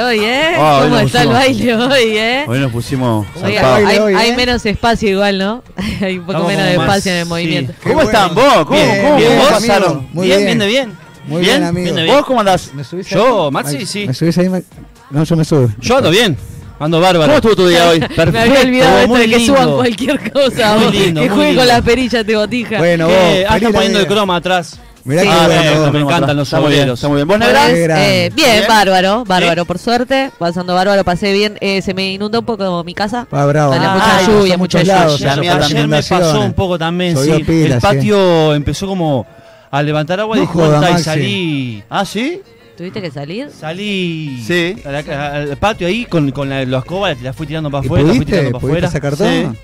Ah, hoy eh? ¿Cómo nos está el pusimos- baile hoy, eh? Hoy nos pusimos Oiga, zarpados. baile hay, hoy, hay eh? menos espacio igual, ¿no? hay un poco Estamos menos de como más- espacio en el sí. movimiento. Qué ¿Cómo bueno. están vos? ¿Cómo, Bien, cómo? bien, ¿Vos, amigo. Saro? Muy bien, bien. viene bien. Muy Bien, bien, amigo. viene bien. ¿Vos cómo andás? ¿Me subís Yo, ahí? Maxi, Ay, sí. ¿Me subís ahí? Max? No, yo me subo. Yo ando bien. Ando bárbaro. ¿Cómo estuvo tu día hoy? Perfecto. Me había olvidado esto muy de que lindo. suban cualquier cosa, Muy vos, lindo, que muy jueguen con lindo. las perillas de botija. Bueno, vos. Eh, ah, feliz están la poniendo el vida. croma atrás. Mirá Sí. qué Ah, bueno bueno, vos. me encantan los Está muy bien, boleros. está muy bien. ¿Vos, Pues, Negra? Qué grande. eh, bien, Bien. bárbaro, bárbaro, por suerte. Pasando bárbaro, pasé bien. Eh, se me inundó un poco mi casa. Ah, bravo. Dale, Ah, mucha ay, lluvia, mucha pasó muchos lluvia. lados, Ya eso, me- por ayer las Ayer me inundaciones. pasó un poco también, Llovió sí. pila, el sí. patio empezó como a levantar agua y No dije, "Bueno, joda, está", y Maxi. salí. ¿Ah, sí? ¿Tuviste que salir? Salí Sí. a la- a- al patio ahí con, con la, la escoba, la fui tirando para ¿Y afuera, la fui pudiste? tirando para ¿Pudiste sacar afuera. Sí. todo?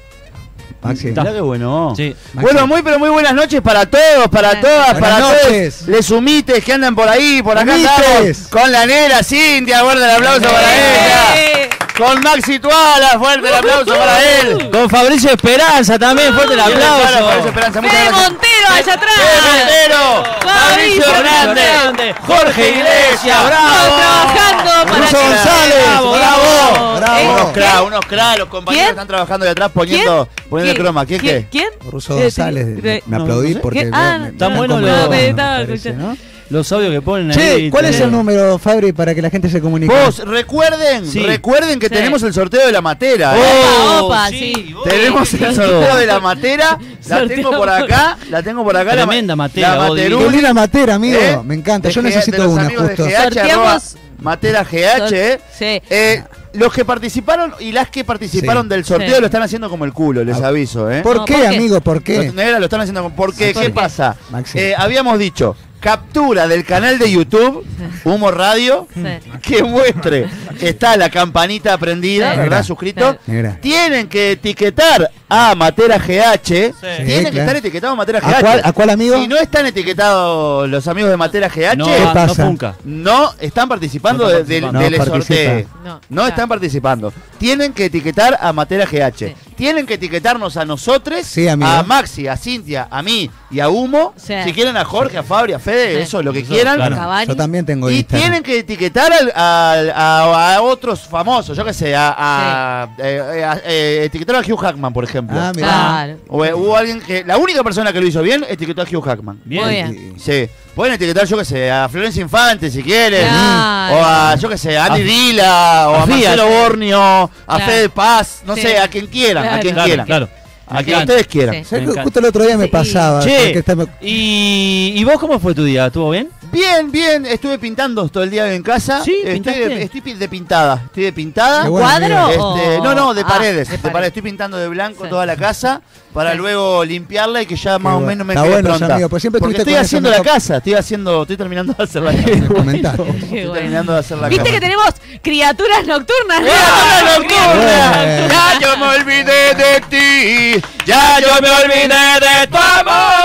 Maxi. Mirá qué bueno. Sí. Bueno, muy pero muy buenas noches para todos, para Buenas todas, para noches. todos. Les sumites que andan por ahí, por acá Sumites. andamos. Con la negra Cintia, fuerte el aplauso para ella. Eh, Con Maxi Tuala, fuerte el aplauso ¡Uh, para él. Con Fabricio Esperanza también, fuerte el Para Fabricio aplauso. Esperanza, muchas Fede gracias. Montero, allá Fede atrás. Montero, Fabricio Fabricio Hernández, Hernández, Jorge Iglesias, Estamos bravo. trabajando para Ruso que- González, Bravo, bravo, bravo. Eh, Unos Bravo. cra, unos cra, los compañeros ¿Quién? están trabajando de atrás poniendo, poniendo el croma. ¿Quién es ¿Quién? qué? ¿Quién? Ruso Eh, González, eh, me no, aplaudí no sé. porque... ¿Qué? Ah, Están me buenos conmovió, los- me estaba parece, escuchando. ¿no? Los audios que ponen ahí. Che, ¿cuál es tenés- el número, Fabri, para que la gente se comunique? Vos, recuerden, Sí. recuerden que Sí. tenemos el sorteo de la matera. ¿eh? Opa, Oh, opa, sí, sí. vos. Tenemos el sorteo de la matera. La Sorteo. tengo por acá. La tengo por acá. la ma- Tremenda matera, La vos, materuli. Con una matera, amigo. ¿Eh? Me encanta. De Yo G- de necesito los una, amigos de justo. GH, Sorteamos- arroba matera GH. ¿eh? Sí. Eh, los que participaron y las que participaron Sí. del sorteo Sí. lo están haciendo como el culo, les Ah. aviso. ¿eh? ¿Por No, qué, ¿por qué? amigo? ¿Por Los qué? negra lo están haciendo con- ¿Por qué? ¿Por ¿Qué qué? pasa? Maxi. Eh, habíamos dicho, captura del canal de YouTube, Humo Radio, Sí. que muestre que está la campanita prendida, Sí. ¿verdad? Negra. Suscrito. Sí. Negra. Tienen que etiquetar a Matera GH. Tienen que claro. estar etiquetados a Matera ¿A GH. cuál- a cuál amigo? Si no están etiquetados los amigos de Matera GH, No, no, ¿Qué no pasa? funca. están participando, No están de- participando. del, del No sorteo. participan. No, No claro. están participando. Tienen que etiquetar a Matera GH. Sí. Tienen que etiquetarnos a nosotros, Sí, amigo. a Maxi, a Cintia, a mí y a Humo. Sí. Si quieren a Jorge, a Fabri, a Fede, Sí. eso, lo que Eso, quieran. claro. Cavani. Yo también tengo Y Instagram. tienen que etiquetar al- al- a, a otros famosos, yo qué sé, a, a- eh, eh, a- eh, etiquetaron a Hugh Hackman, por ejemplo. Ah, mirá. Claro. O, eh, hubo alguien que, la única persona que lo hizo bien, etiquetó a Hugh Hackman. Bien. Muy bien. Y- Sí, pueden etiquetar, yo qué sé, a Florencia Infante si quieren, Claro. o a, yo qué sé, a Andy A- Dila, o a, a Fiat. Marcelo Borneo, a Claro. Fede Paz, no Sí. sé, a quien quieran, a Claro. quien Claro, quieran, claro. a quien Acá. ustedes quieran. Sí. ¿Sabés Me que encanta. Justo el otro día me Sí. pasaba. Ah, porque este Che, estaba- y, ¿y vos cómo fue tu día? ¿Estuvo bien? Bien, bien, estuve pintando todo el día en casa. Sí, estoy, pintaste. de, estoy pi- de pintada, estoy de pintada. Qué bueno, ¿Cuadro? Este, o- no, no, de Ah, paredes, de pared. paredes. Estoy pintando de blanco Sí. toda la casa para Sí. luego limpiarla y que ya más Qué o bueno. menos me Está quede bueno, pronta. amigo, pues siempre Porque estuviste estoy con eso, haciendo la amigo. casa, estoy haciendo, estoy terminando de hacer la casa. Me comentaste. Qué Estoy bueno. terminando de hacer la Viste que casa. tenemos criaturas nocturnas. ¿no? ¡Ah, Bueno. Ya yo me olvidé de ti, ya yo me olvidé de tu amor,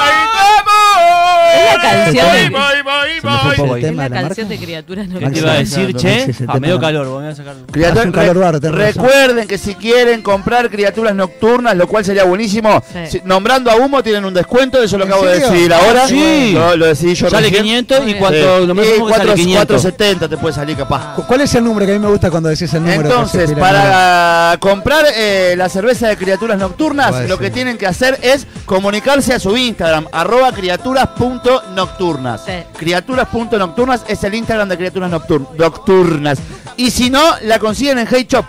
ay Es la canción de- Voy, voy, voy, Se me fue voy. poco el Es tema la de la canción de marca. criaturas ¿Qué te nocturnas. iba a Exacto, decir, sí, che? sí, A medio tema. calor, vos me vas a sacar. Criatura- Hace un calor bárbaro, tenés razón. recuerden que si quieren comprar criaturas nocturnas, lo cual sería buenísimo, Sí. si- nombrando a Humo tienen un descuento, eso lo ¿En acabo de serio? Ah, decidir ahora. Sí. Lo, lo decidí yo Sale recién. 500 Muy y bien. cuanto Sí. lo Y máximo que cuatro- sale 500. 470 te puede salir capaz. ¿Cu- ¿Cuál es el número que a mí me gusta cuando decís el número? que se Entonces, tira el número? para comprar eh, la cerveza de criaturas nocturnas, Puede lo ser. que tienen que hacer es comunicarse a su Instagram, arroba criaturas.nocturnas. Sí. Criaturas.nocturnas es el Instagram de criaturas noctur- nocturnas. Y si no, la consiguen en Hey Shop.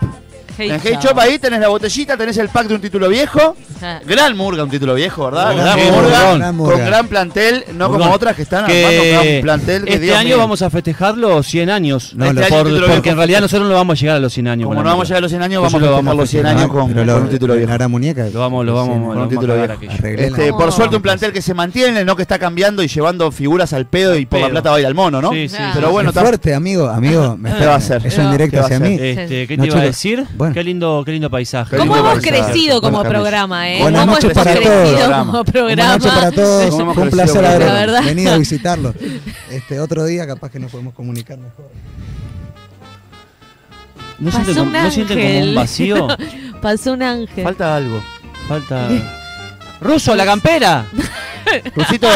Hey, en Hey chao. Shop ahí tenés la botellita, tenés el pack de un título viejo. Ah. Gran murga, un título viejo, ¿verdad? Sí, gran, sí, murga, murgón. Gran con murga. gran plantel, no como Perdón, otras que están que armando un plantel que este Dios año mío. vamos a festejarlo 100 años. No, Este lo- por- Este año te lo porque dejo. en realidad nosotros no vamos a llegar a los 100 años. Como con no la vamos a música. llegar a los 100 años, Pues Yo vamos lo a tomar los 100 años festejo, con, pero lo- con un título viejo. Ganará muñeca. Lo vamos, lo Sí, vamos, sí, lo con un vamos título a cagar viejo. aquello. Arreglé la- Este, por Oh. suerte un plantel que se mantiene, no que está cambiando y llevando figuras al pedo y por la pedo. plata baila al mono, ¿no? Sí, sí, Pero sí, bueno, Qué tam- fuerte, amigo, amigo. Me ¿Qué está- va a hacer? Eso en No. directo ¿Qué va hacia a hacer? mí. Este, ¿Qué No, te iba a chicos, decir? bueno. Qué lindo, qué lindo paisaje. Qué ¿Cómo lindo hemos paisaje. crecido como Buenas noches. programa, eh? Buenas ¿Cómo noches hemos para crecido todos. como Buenas programa? noches para todos. ¿Cómo hemos Fue un crecido, placer boludo? La verdad. haber venido a visitarlo. Este, otro día capaz que nos podemos comunicar mejor. ¿No Pasó sienten como, un ¿no sienten como ángel. un vacío? Pasó un ángel. falta algo. Falta. ¡Ruso, la campera! Rusito,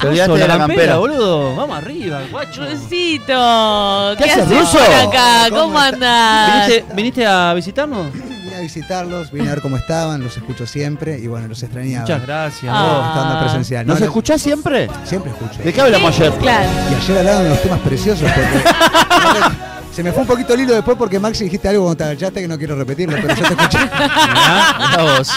te olvidaste Ruso, de la campera. boludo. Vamos arriba, guacho. Rusito, ¿Qué haces, haces Ruso? por acá? ¿Cómo ¿Cómo estás? andás? ¿Viniste, viniste a visitarnos? Vine a visitarlos, vine a ver cómo estaban, los escucho siempre y bueno, los extrañaba. Muchas gracias. Ah. vos. Estando presencial. ¿Nos No, no, escuchás siempre? Siempre escucho. ¿De qué hablamos Sí, ayer? Claro. Y ayer hablaban de los temas preciosos porque... Se me fue un poquito el hilo después porque Maxi dijiste algo cuando te agachaste que no quiero repetirlo, pero yo te escuché. Mirá, mirá vos.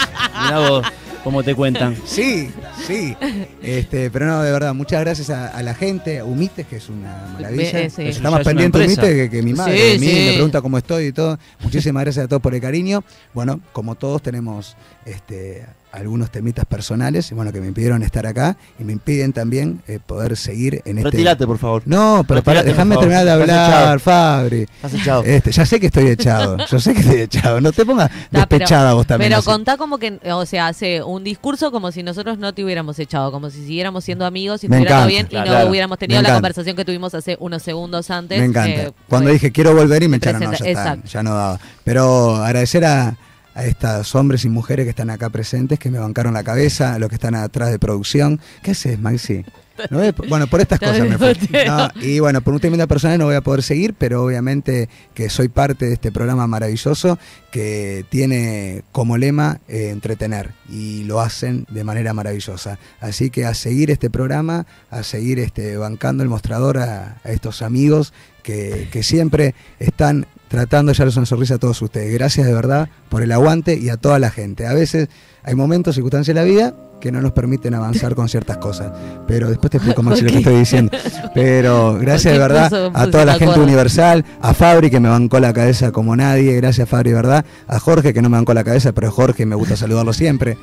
Mirá vos cómo te cuentan. Sí, sí. Este, pero no, de verdad, muchas gracias a, a la gente, a Humites, que es una maravilla. Eh, sí. Está Ya más es una pendiente empresa. Humites que, que mi madre Sí, de mí, sí. me pregunta cómo estoy y todo. Muchísimas gracias a todos por el cariño. Bueno, como todos tenemos este, algunos temitas personales, y bueno, que me impidieron estar acá y me impiden también eh, poder seguir en este... Retirate, por favor. No, pero Retirate, pará, por déjame favor. terminar de Estás hablar, echado. Fabri. Estás echado. Este, ya sé que estoy echado, yo sé que estoy echado. No te pongas Ta, pero- despechada vos también. Pero así. contá como que, o sea, hace un discurso como si nosotros no te hubiéramos echado, como si siguiéramos siendo amigos y Me estuviera todo encanta. bien y Claro, no claro. hubiéramos Me tenido la encanta. conversación que tuvimos hace unos segundos antes. Me encanta. eh, Cuando fue- dije quiero volver y me echaron, no, ya, Presenta- está, exacto. ya no daba. Pero agradecer a, a estos hombres y mujeres que están acá presentes, que me bancaron la cabeza, a los que están atrás de producción. ¿Qué haces, Maxi? ¿No ves? Bueno, por estas Está cosas me fue. bigoteo. No, y bueno, por un tema personal no voy a poder seguir, pero obviamente que soy parte de este programa maravilloso que tiene como lema eh, entretener y lo hacen de manera maravillosa. Así que a seguir este programa, a seguir este, bancando el mostrador a, a estos amigos que, que siempre están tratando de echarles una sonrisa a todos ustedes. Gracias de verdad por el aguante y a toda la gente. A veces hay momentos, circunstancias de la vida que no nos permiten avanzar con ciertas cosas. Pero después te explico más lo que Ok. estoy diciendo. Pero gracias de Ok, verdad puso- a puso toda la de gente acuerdo. universal, a Fabri que me bancó la cabeza como nadie, gracias Fabri, ¿verdad? A Jorge que no me bancó la cabeza, pero Jorge me gusta saludarlo siempre.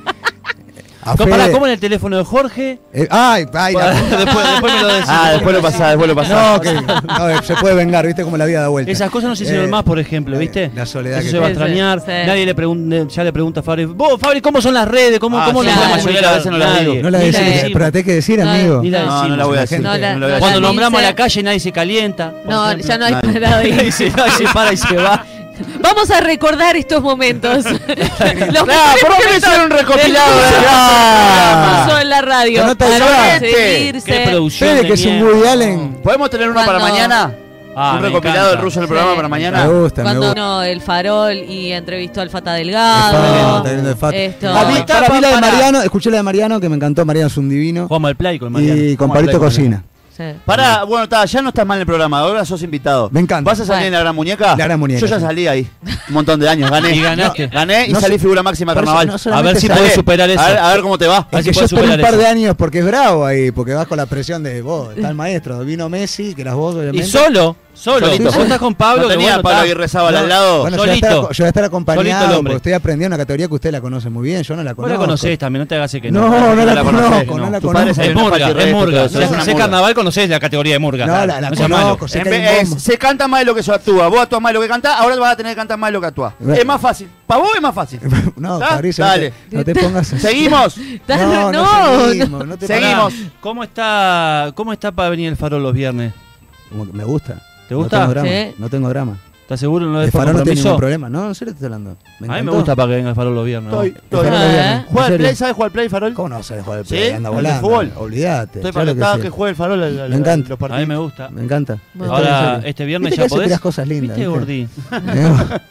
A ¿Cómo, pará, Fede- ¿cómo en el teléfono de Jorge? eh, ay, ay, la puta. después, después me lo decís. Ah, después lo pasás, después lo pasás. no, que no, eh, se puede vengar, ¿viste? Como la vida da vuelta. Esas cosas no se hicieron Eh, más, por ejemplo, ¿viste? La soledad Eso que se va a Sí, sí, extrañar. sí. Nadie le pregunta, ya le pregunta a Fabri. Vos, Fabri, ¿cómo son las redes? ¿Cómo, Ah, cómo sí, nos la podemos mayoría de llegar las veces no la Nadie. digo. No la Ni la decís, decimos. pero la tenés que decir, No, amigo. Ni la No, no la decimos. voy a la decir. gente. No No, la- la voy a Cuando decir. Nadie nombramos se- a la calle, nadie se calienta. por No, ejemplo. ya no hay Nadie. parado ahí. Nadie se, nadie se para y se va. Vamos a recordar estos momentos. Los Ah, mejores ¿Por qué me momentos hicieron un recopilado? del curso que Ah. pasó en la radio. Pero no te Para ayudaste. seguirse. Qué producción. Fede, de que es un mierda. Woody Allen. ¿Podemos tener uno para Cuando- mañana? Ah, un me recopilado del encanta. ruso en el Sí. programa para Me mañana. gusta, este, me Cuando gusta. no, el farol y entrevistó al Fata Ah, Delgado. está lindo el fato. Esto. Ah, vi- Está pará, vi la de para- Mariano, escuché la de Mariano que me encantó, Mariano es un divino. Jugamos al play con Mariano. Y con Jugamos al Pablito play con Mariano. Cocina. Sí. Pará, bueno, está, ya no estás mal en el programa, ahora sos invitado. Me encanta. ¿Vas a salir Bueno. en la gran muñeca? La Gran Muñeca, Yo ya sí. salí ahí. Un montón de años, gané. Y ganaste. Gané y No salí sé- figura máxima de por eso carnaval. no A solamente ver si sale- podés Salí. superar eso. A ver, a ver cómo te va. A ver Es si que yo podés esperé un Ah, superar par eso. de años porque es bravo ahí, porque vas con la presión de vos, está el maestro, vino Messi, que eras vos, Y obviamente. solo, solo. Solito. Vos estás con Pablo. no que tenía bueno, Pablo está- Aguirre Sábal No, al lado. Bueno, Yo, voy a solito. estar, yo voy a estar Solito el acompañado hombre. porque estoy aprendiendo una categoría que usted la conoce muy bien, yo no la Vos conozco. la conocés también, no te hagas el que No, no, la, conocés, conozco, no, no. la Tu conozco. padre es Es Hay una murga, parte de es reto, murga. todo O eso, sea, es una Si es murga. carnaval, conocés la categoría de murga. No, la, la seas malo. conozco, sé En que hay un vez- es- bombo. se canta más de lo que yo actúa. Vos actuás más de lo que cantás, ahora vas a tener que cantar más de lo que actuás. Bueno. Es más fácil. Para vos es más fácil. No, ¿Ah? Fabricio, Dale. no te, no te pongas así. Seguimos. No, No, no, no. seguimos, no te Seguimos. pongas- ¿Cómo está, ¿Cómo está para venir el farol los viernes? Como que Me gusta. ¿Te gusta? No tengo drama. Sí. No tengo drama. ¿Estás seguro? No El es por farol no tiene ningún compromiso. problema. No, en serio te estoy hablando. A mí me encantó. gusta para que venga el farol los viernes. Estoy, ¿no? El farol estoy. Ah, de ¿Juega Diana, ¿eh? en al serio. play? ¿Sabe jugar al play, Farol? ¿Cómo no vas a jugar al ¿Sí? play? Anda ¿Al de volando. fútbol? Olvídate. Estoy claro para que sí. que juegue el Farol. al- al- Me los encanta. A mí partidos. me gusta. Me encanta. Me Estoy en Ahora, serio. este viernes Viste ya que hace podés. tiras cosas lindas. ¿Viste, ¿viste? Eh, Gordi?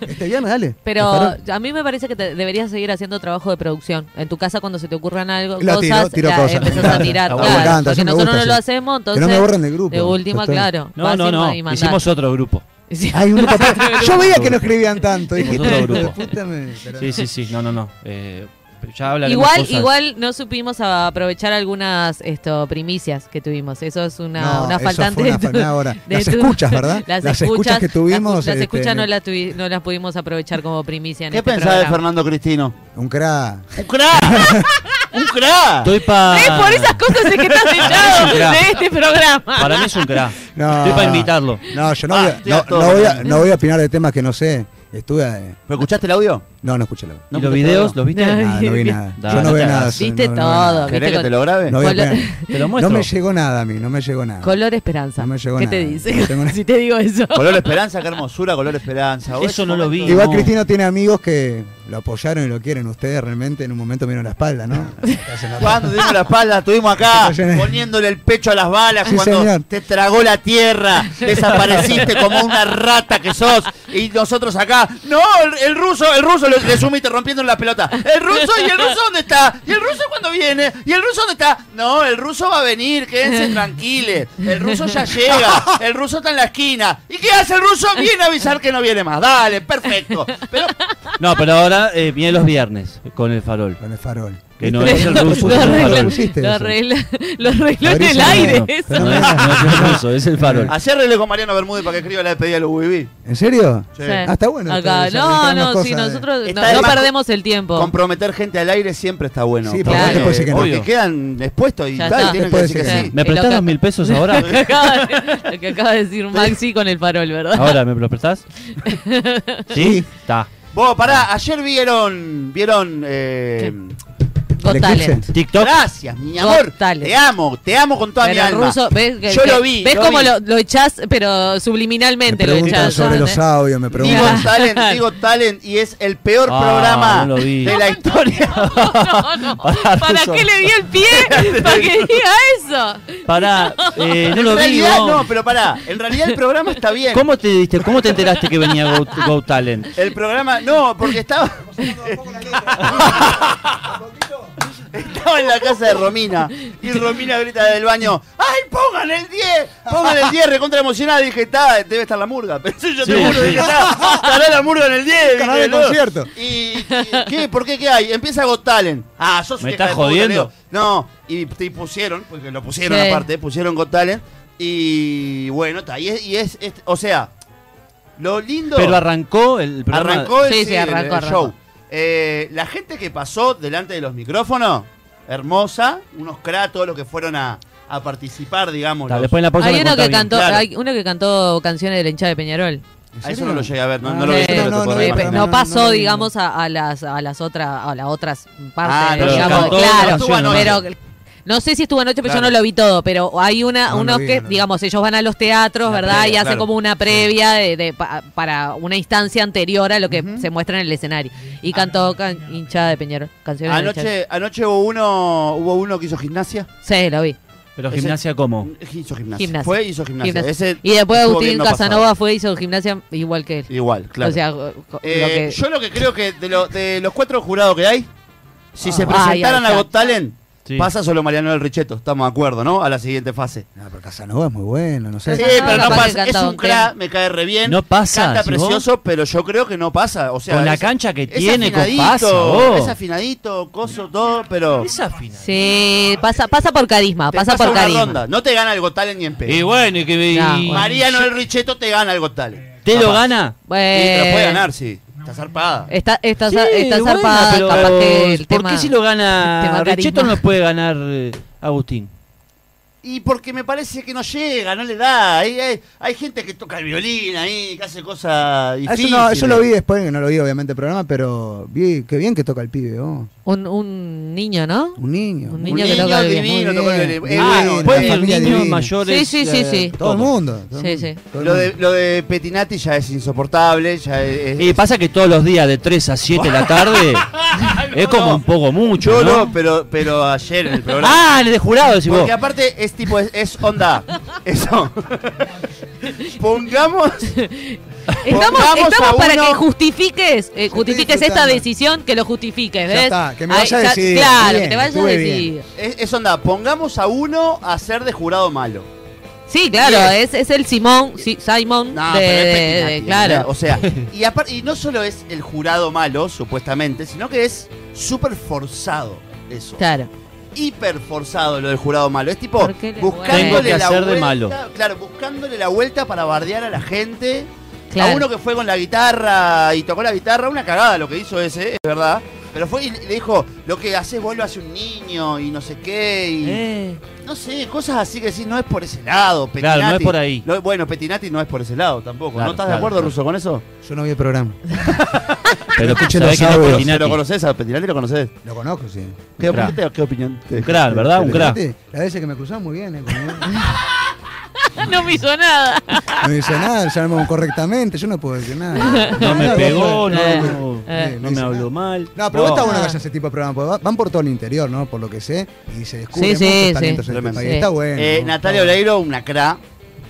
este viernes, dale. Pero El farol. a mí me parece que te deberías seguir haciendo trabajo de producción. En tu casa, cuando se te ocurran algo, Lo tiro, cosas, tiro la cosas. empezás a Claro. tirar. Ah, Claro, bueno, me encanta, porque eso me nosotros gusta, no lo sí. hacemos, Que entonces. no me borren del grupo. de última, Total. claro. No, Vas no, y no. ma- y mandás. Hicimos otro grupo. Sí. Hay un grupo aparte. Yo veía que no escribían tanto. Dije, Otro "Hijo de grupo". puta, me- pero Sí, no. sí, sí. No, no, no. Eh, ya hablaremos Igual, cosas. igual no supimos a- aprovechar algunas esto, primicias que tuvimos. Eso es una, No, una eso faltante fue una de tu- falta ahora. de Las tu- escuchas, ¿verdad? Las, Las escuchas escuchas que tuvimos, Las, las este, escuchas no, en- las tuvi- no las pudimos aprovechar como primicia en ¿Qué este pensás de programa. Fernando Cristino? Un crack. ¡Un crack! ¡Un crack! Estoy para. Es por esas cosas es que estás Es un echado crack. de este programa. Para mí es un crack. No. Estoy para invitarlo. No, yo no, Ah, voy a, estoy no, a todo no voy a, volumen. no voy a opinar de temas que no sé. Estuve. eh, ¿Pero escuchaste el audio? No, no escuché la verdad. ¿Y los videos? ¿Los viste? No. Nada, no vi Bien. nada. Dale. Yo no veo nada. Muchas gracias. soy- Viste no, no veo nada. todo. ¿Querés viste que te con- lo grabe? No, voy a Colo- pegar. Te lo No muestro. me llegó nada a mí, no me llegó nada. Color esperanza. Ah. No me llegó ¿Qué nada. te dice? No tengo nada. si te digo eso. Color Esperanza, qué hermosura, Color Esperanza. Eso no lo vi. Igual No. Cristina tiene amigos que lo apoyaron y lo quieren. Ustedes realmente en un momento vieron la espalda, ¿no? Hacen la- Cuando dimos la espalda, estuvimos acá Está lleno. poniéndole el pecho a las balas, Sí, cuando señor. te tragó la tierra, desapareciste como una rata que sos, y nosotros acá, no, el, el ruso, el ruso le, le sumiste rompiendo la pelota. El ruso, ¿y el ruso dónde está? ¿Y el ruso cuando viene? ¿Y el ruso dónde está? No, el ruso va a venir, quédense tranquiles. El ruso ya llega, el ruso está en la esquina. ¿Y qué hace el ruso? Viene a avisar que no viene más. Dale, perfecto. Pero No, pero ahora eh, viene los viernes con el farol. Con el farol. Que no ¿Viste? es el Lo ruso, puse- lo es lo el farol. arregló, pusiste lo eso. arregló- lo arregló en el Fabricio aire. Romero. eso. No es, no es el ruso, es el farol. así arreglé con Mariano Bermúdez para que escriba la despedida de los UBB. ¿En serio? Sí. Sí. Ah, está bueno Acá, esto, ya no, arreglamos no, cosas si de- nosotros Está no, no además- perdemos el tiempo. Comprometer gente al aire siempre está bueno. Sí, porque Claro. porque, después sí que no. porque quedan expuestos y Ya tal, está. tienen que Después decir que sí que sí. sí. ¿Me El prestás loca- dos mil pesos ahora? Lo que acaba de- lo que acaba de decir Maxi con el farol, ¿verdad? ¿Ahora me lo prestás? ¿Sí? Está. Vos, pará, ayer vieron, vieron, eh, Got ¿El Talent. eclipse? TikTok. gracias, mi amor, Got Talent. te amo, te amo con toda mi Pero el alma. ruso, ¿ves, que- Yo que- lo vi, ¿Ves lo cómo vi. Lo, lo echás, pero Me subliminalmente lo preguntan echás? sobre los audios, me Digo preguntan. talent, digo talent y es el peor Ah, programa no lo vi. de la historia. No, no. Pará, ¿Para ruso. qué le di el pie? ¿Para que diga eso? Pará, eh, no en lo vi. realidad, vos. no, pero pará, en realidad el programa está bien. ¿Cómo te diste? ¿Cómo te enteraste que venía Go, Go Talent? El programa, no, porque estaba... Estaba en la casa de Romina y Romina grita del baño, ¡ay, pongan el 10! Pongan el 10, recontra emocionada. Dije, está, debe estar la murga. Pensé yo te Sí, juro, sí. dije, está, estará la murga en el 10. dije, Canal de ¿no? concierto. ¿Y, y- qué? ¿Por qué qué hay? Empieza Got Talent. Ah, sos ¿Me una hija estás de puta, jodiendo? Leo. No, y te pusieron, porque lo pusieron Sí. aparte, pusieron Got Talent. Y bueno, está. Y es, y es, es- o sea, lo lindo. Pero arrancó el programa. Arrancó el, Sí, sí, sí, el- arrancó, el arrancó. show. Eh, la gente que pasó delante de los micrófonos, hermosa, unos cratos todos los que fueron a, a participar, digamos. Está, los- después en la pausa Hay me uno contá que bien. cantó, claro. hay uno que cantó canciones del hinchada de Peñarol. a eso no lo llegué a ver, no, no Ah, lo vi. Sí. pero te No, no, puedo no, Eh, imaginar. pero no no, no, pasó, no. digamos, a, a las a las otras a las otras partes, Ah, no, digamos, cantó, claro, no estuvo anoche. pero no sé si estuvo anoche, pero Claro. yo no lo vi todo, pero hay una No, no unos vi, que no vi. digamos, ellos van a los teatros, Una ¿verdad? y previa, hacen claro. Mm. como una previa de, de pa- para una instancia anterior a lo que se muestra en el escenario. Y cantó can- hinchada de Peñarol, canciones de hinchada. Ah. Anoche, anoche hubo uno, hubo uno que hizo gimnasia. Sí, lo vi. Pero Ese- gimnasia, ¿cómo? Hizo gimnasia. Gimnasia. Fue, hizo gimnasia. Gimnasia. Ese Y después estuvo Agustín bien no Casanova pasado. fue hizo gimnasia igual que él. Igual, claro. O sea, co- Eh, lo que- Yo lo que creo que de, lo- de los cuatro jurados que hay, si Ah. se Ah, presentaran ya a está. Got Talent, Sí. pasa solo Mariano del Richeto. Estamos de acuerdo, ¿no? A la siguiente fase. No, pero Casanova es muy bueno, no Sí, sé. capaz pero no que pasa. Es canta un un tema. crack, me cae re bien. No pasa, Canta si vos- precioso, pero yo creo que no pasa. O sea, Con la es- cancha que es tiene, con afinadito, pasa. vos. Es afinadito, coso, todo, pero. Es afinado. Sí, pasa, pasa por carisma, te pasa, por una carisma. ronda. No te gana el Gotalen ni en pedo. Y bueno, y que me... No, y- bueno. Mariano del Richeto te gana el Gotalen. ¿Te lo gana? Y te lo Bueno, puede ganar, sí. Está zarpada. Está, está, Sí, zar- está buena, zarpada, pero- capaz que el ¿Por tema... qué si lo el gana tema Richeto no carisma. lo puede ganar eh, Agustín? Y porque me parece que no llega, no le da. Hay, hay- hay gente que toca el violín ahí, que hace cosas Ah, Eso, difíciles. no, eso lo vi después, que no lo vi obviamente el programa, pero vi que bien que toca el pibe, oh. Un, un niño, ¿no? un niño. Un Un niño niño que toca el violín. divino, tocó el violín. Muy Eh, bien, Ah, bueno, puede divino, la ir Pueden familia ir niños divina. mayores. Sí, sí, sí, eh, sí. Todo el mundo. todo el Sí, mundo, sí. todo el Lo mundo. de, lo de Petinati ya es insoportable, ya es- Y pasa que todos los días de 3 a 7 de la tarde es como un poco mucho, Yo ¿no? no, pero, pero ayer en el programa. Ah, en el de jurado decís vos. Porque aparte es tipo, es, es onda. Eso. Pongamos. Estamos, Pongamos estamos a para uno- que justifiques eh, justifiques esta disfrutando. decisión, que lo justifiques, Ya ¿ves? está, que me Ay, vaya a ya- decidir. Claro, que Bien, te vayas a estuve decidir. bien. Es, es onda, pongamos a uno a ser de jurado malo. Sí, claro, Bien. es, es el Simón, sí, Simon No, de, pero es de- Petinati, de- ¿no? claro. O sea, y, apar- y no solo es el jurado malo, supuestamente, sino que es súper forzado eso. Claro. hiper forzado lo del jurado malo. Es tipo ¿Por qué le buscándole Tengo que la hacer de vuelta, malo. Claro, buscándole la vuelta para bardear a la gente. Claro. A uno que fue con la guitarra y tocó la guitarra, una cagada lo que hizo ese, es verdad. Pero fue y le dijo, lo que haces vos lo hace un niño y no sé qué. Y, Eh, No sé, cosas así que sí, no es por ese lado. Petinati. Claro, no es por ahí. No, bueno, Petinati no es por ese lado tampoco. Claro, ¿No estás de claro, acuerdo, claro. Ruso, con eso? Yo no vi el programa. pero Escuchen los sabés que no es audios. Petinati. ¿Lo conoces a Petinati? ¿Lo conoces? Lo conozco, sí. ¿Qué, Un crack. opinión te- qué opinión te- Un crack, ¿verdad? Ah, Un crack. Fíjate, Las veces que me cruzaba muy bien, eh, conmigo. no me hizo nada. No dice nada, se armó correctamente, yo no puedo decir nada. No me Nada, pegó, vos- no, Eh, no, eh. no me habló mal. No, pero No. está bueno que haya ese tipo de programas, porque va- van por todo el interior, ¿no? Por lo que sé, y se descubren Sí, sí, muchos sí. talentos en este Tremendo. país. Sí. Está bueno. Eh, ¿no? Natalia Está bueno. Oreiro, una cra.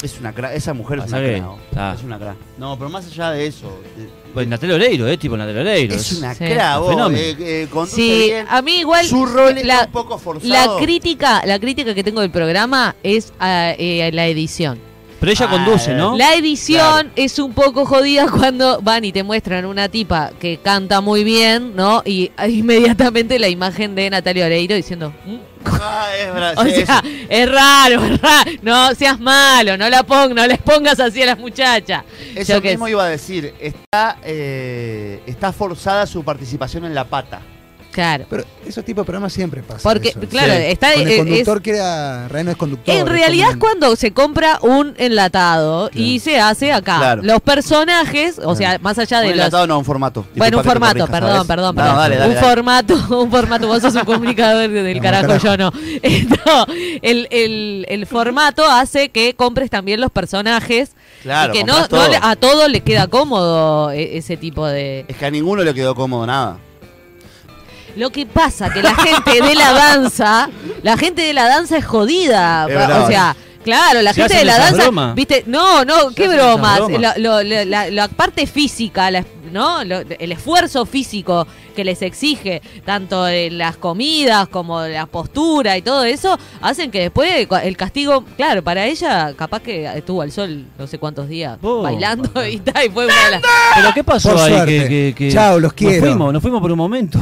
Es una cra. Esa mujer es Pasa una que- cra. ¿no? Ah. Es una cra. No, pero más allá de eso. de- Pues Natalia Oreiro, eh, tipo Natalia Oreiro. es una Sí. cra, vos. Fenómeno. Eh, eh, conduce Sí, bien. a mí igual Su rol la- está un poco forzado. la crítica, la crítica que tengo del programa es a, eh, a la edición. Pero ella Ah, conduce, ¿no? La edición Claro. es un poco jodida cuando van y te muestran una tipa que canta muy bien, ¿no? Y inmediatamente la imagen de Natalia Oreiro diciendo, "Mm". Ah, es verdad. o sí, es- sea, es raro, es raro. No seas malo, no la pongas, no les pongas así a las muchachas. Eso Yo qué mismo sé. iba a decir. Está, eh, está forzada su participación en la pata. Claro. Pero esos tipos de programas siempre pasan. Porque, eso. claro, Sí. está Cuando eh, es- el conductor que era, en realidad no es conductor. En es realidad es como un- cuando se compra un enlatado y se hace acá. Claro. Los personajes, o sea, más allá Un de los... enlatado no, un formato. Bueno, Disculpa un que te formato, corrija, perdón, ¿sabes? perdón, No, perdón. dale, dale, un dale. formato, un formato. Vos sos un comunicador del No, carajo, carajo. yo no. Eh, no, el, el- el formato hace que compres también los personajes Claro, y que no, comprás no todo. le- ah. a todos les queda cómodo e- ese tipo de... Es que a ninguno le quedó cómodo nada. Lo que pasa que la gente de la danza, la gente de la danza es jodida. Es pa- brava. o sea, claro, la Se gente de hacen la esas danza, bromas. viste, no, no, qué hacen esas bromas. bromas. La, lo- la- la- la parte física, la- ¿no? Lo- el esfuerzo físico que les exige, tanto en las comidas como la postura y todo eso, hacen que después el castigo, claro, para ella capaz que estuvo al sol no sé cuántos días Oh, bailando y tal, y fue una de las... Pero ¿qué pasó Por ahí? suerte. Que, que- que- Chao, los Nos quiero. fuimos, nos fuimos por un momento.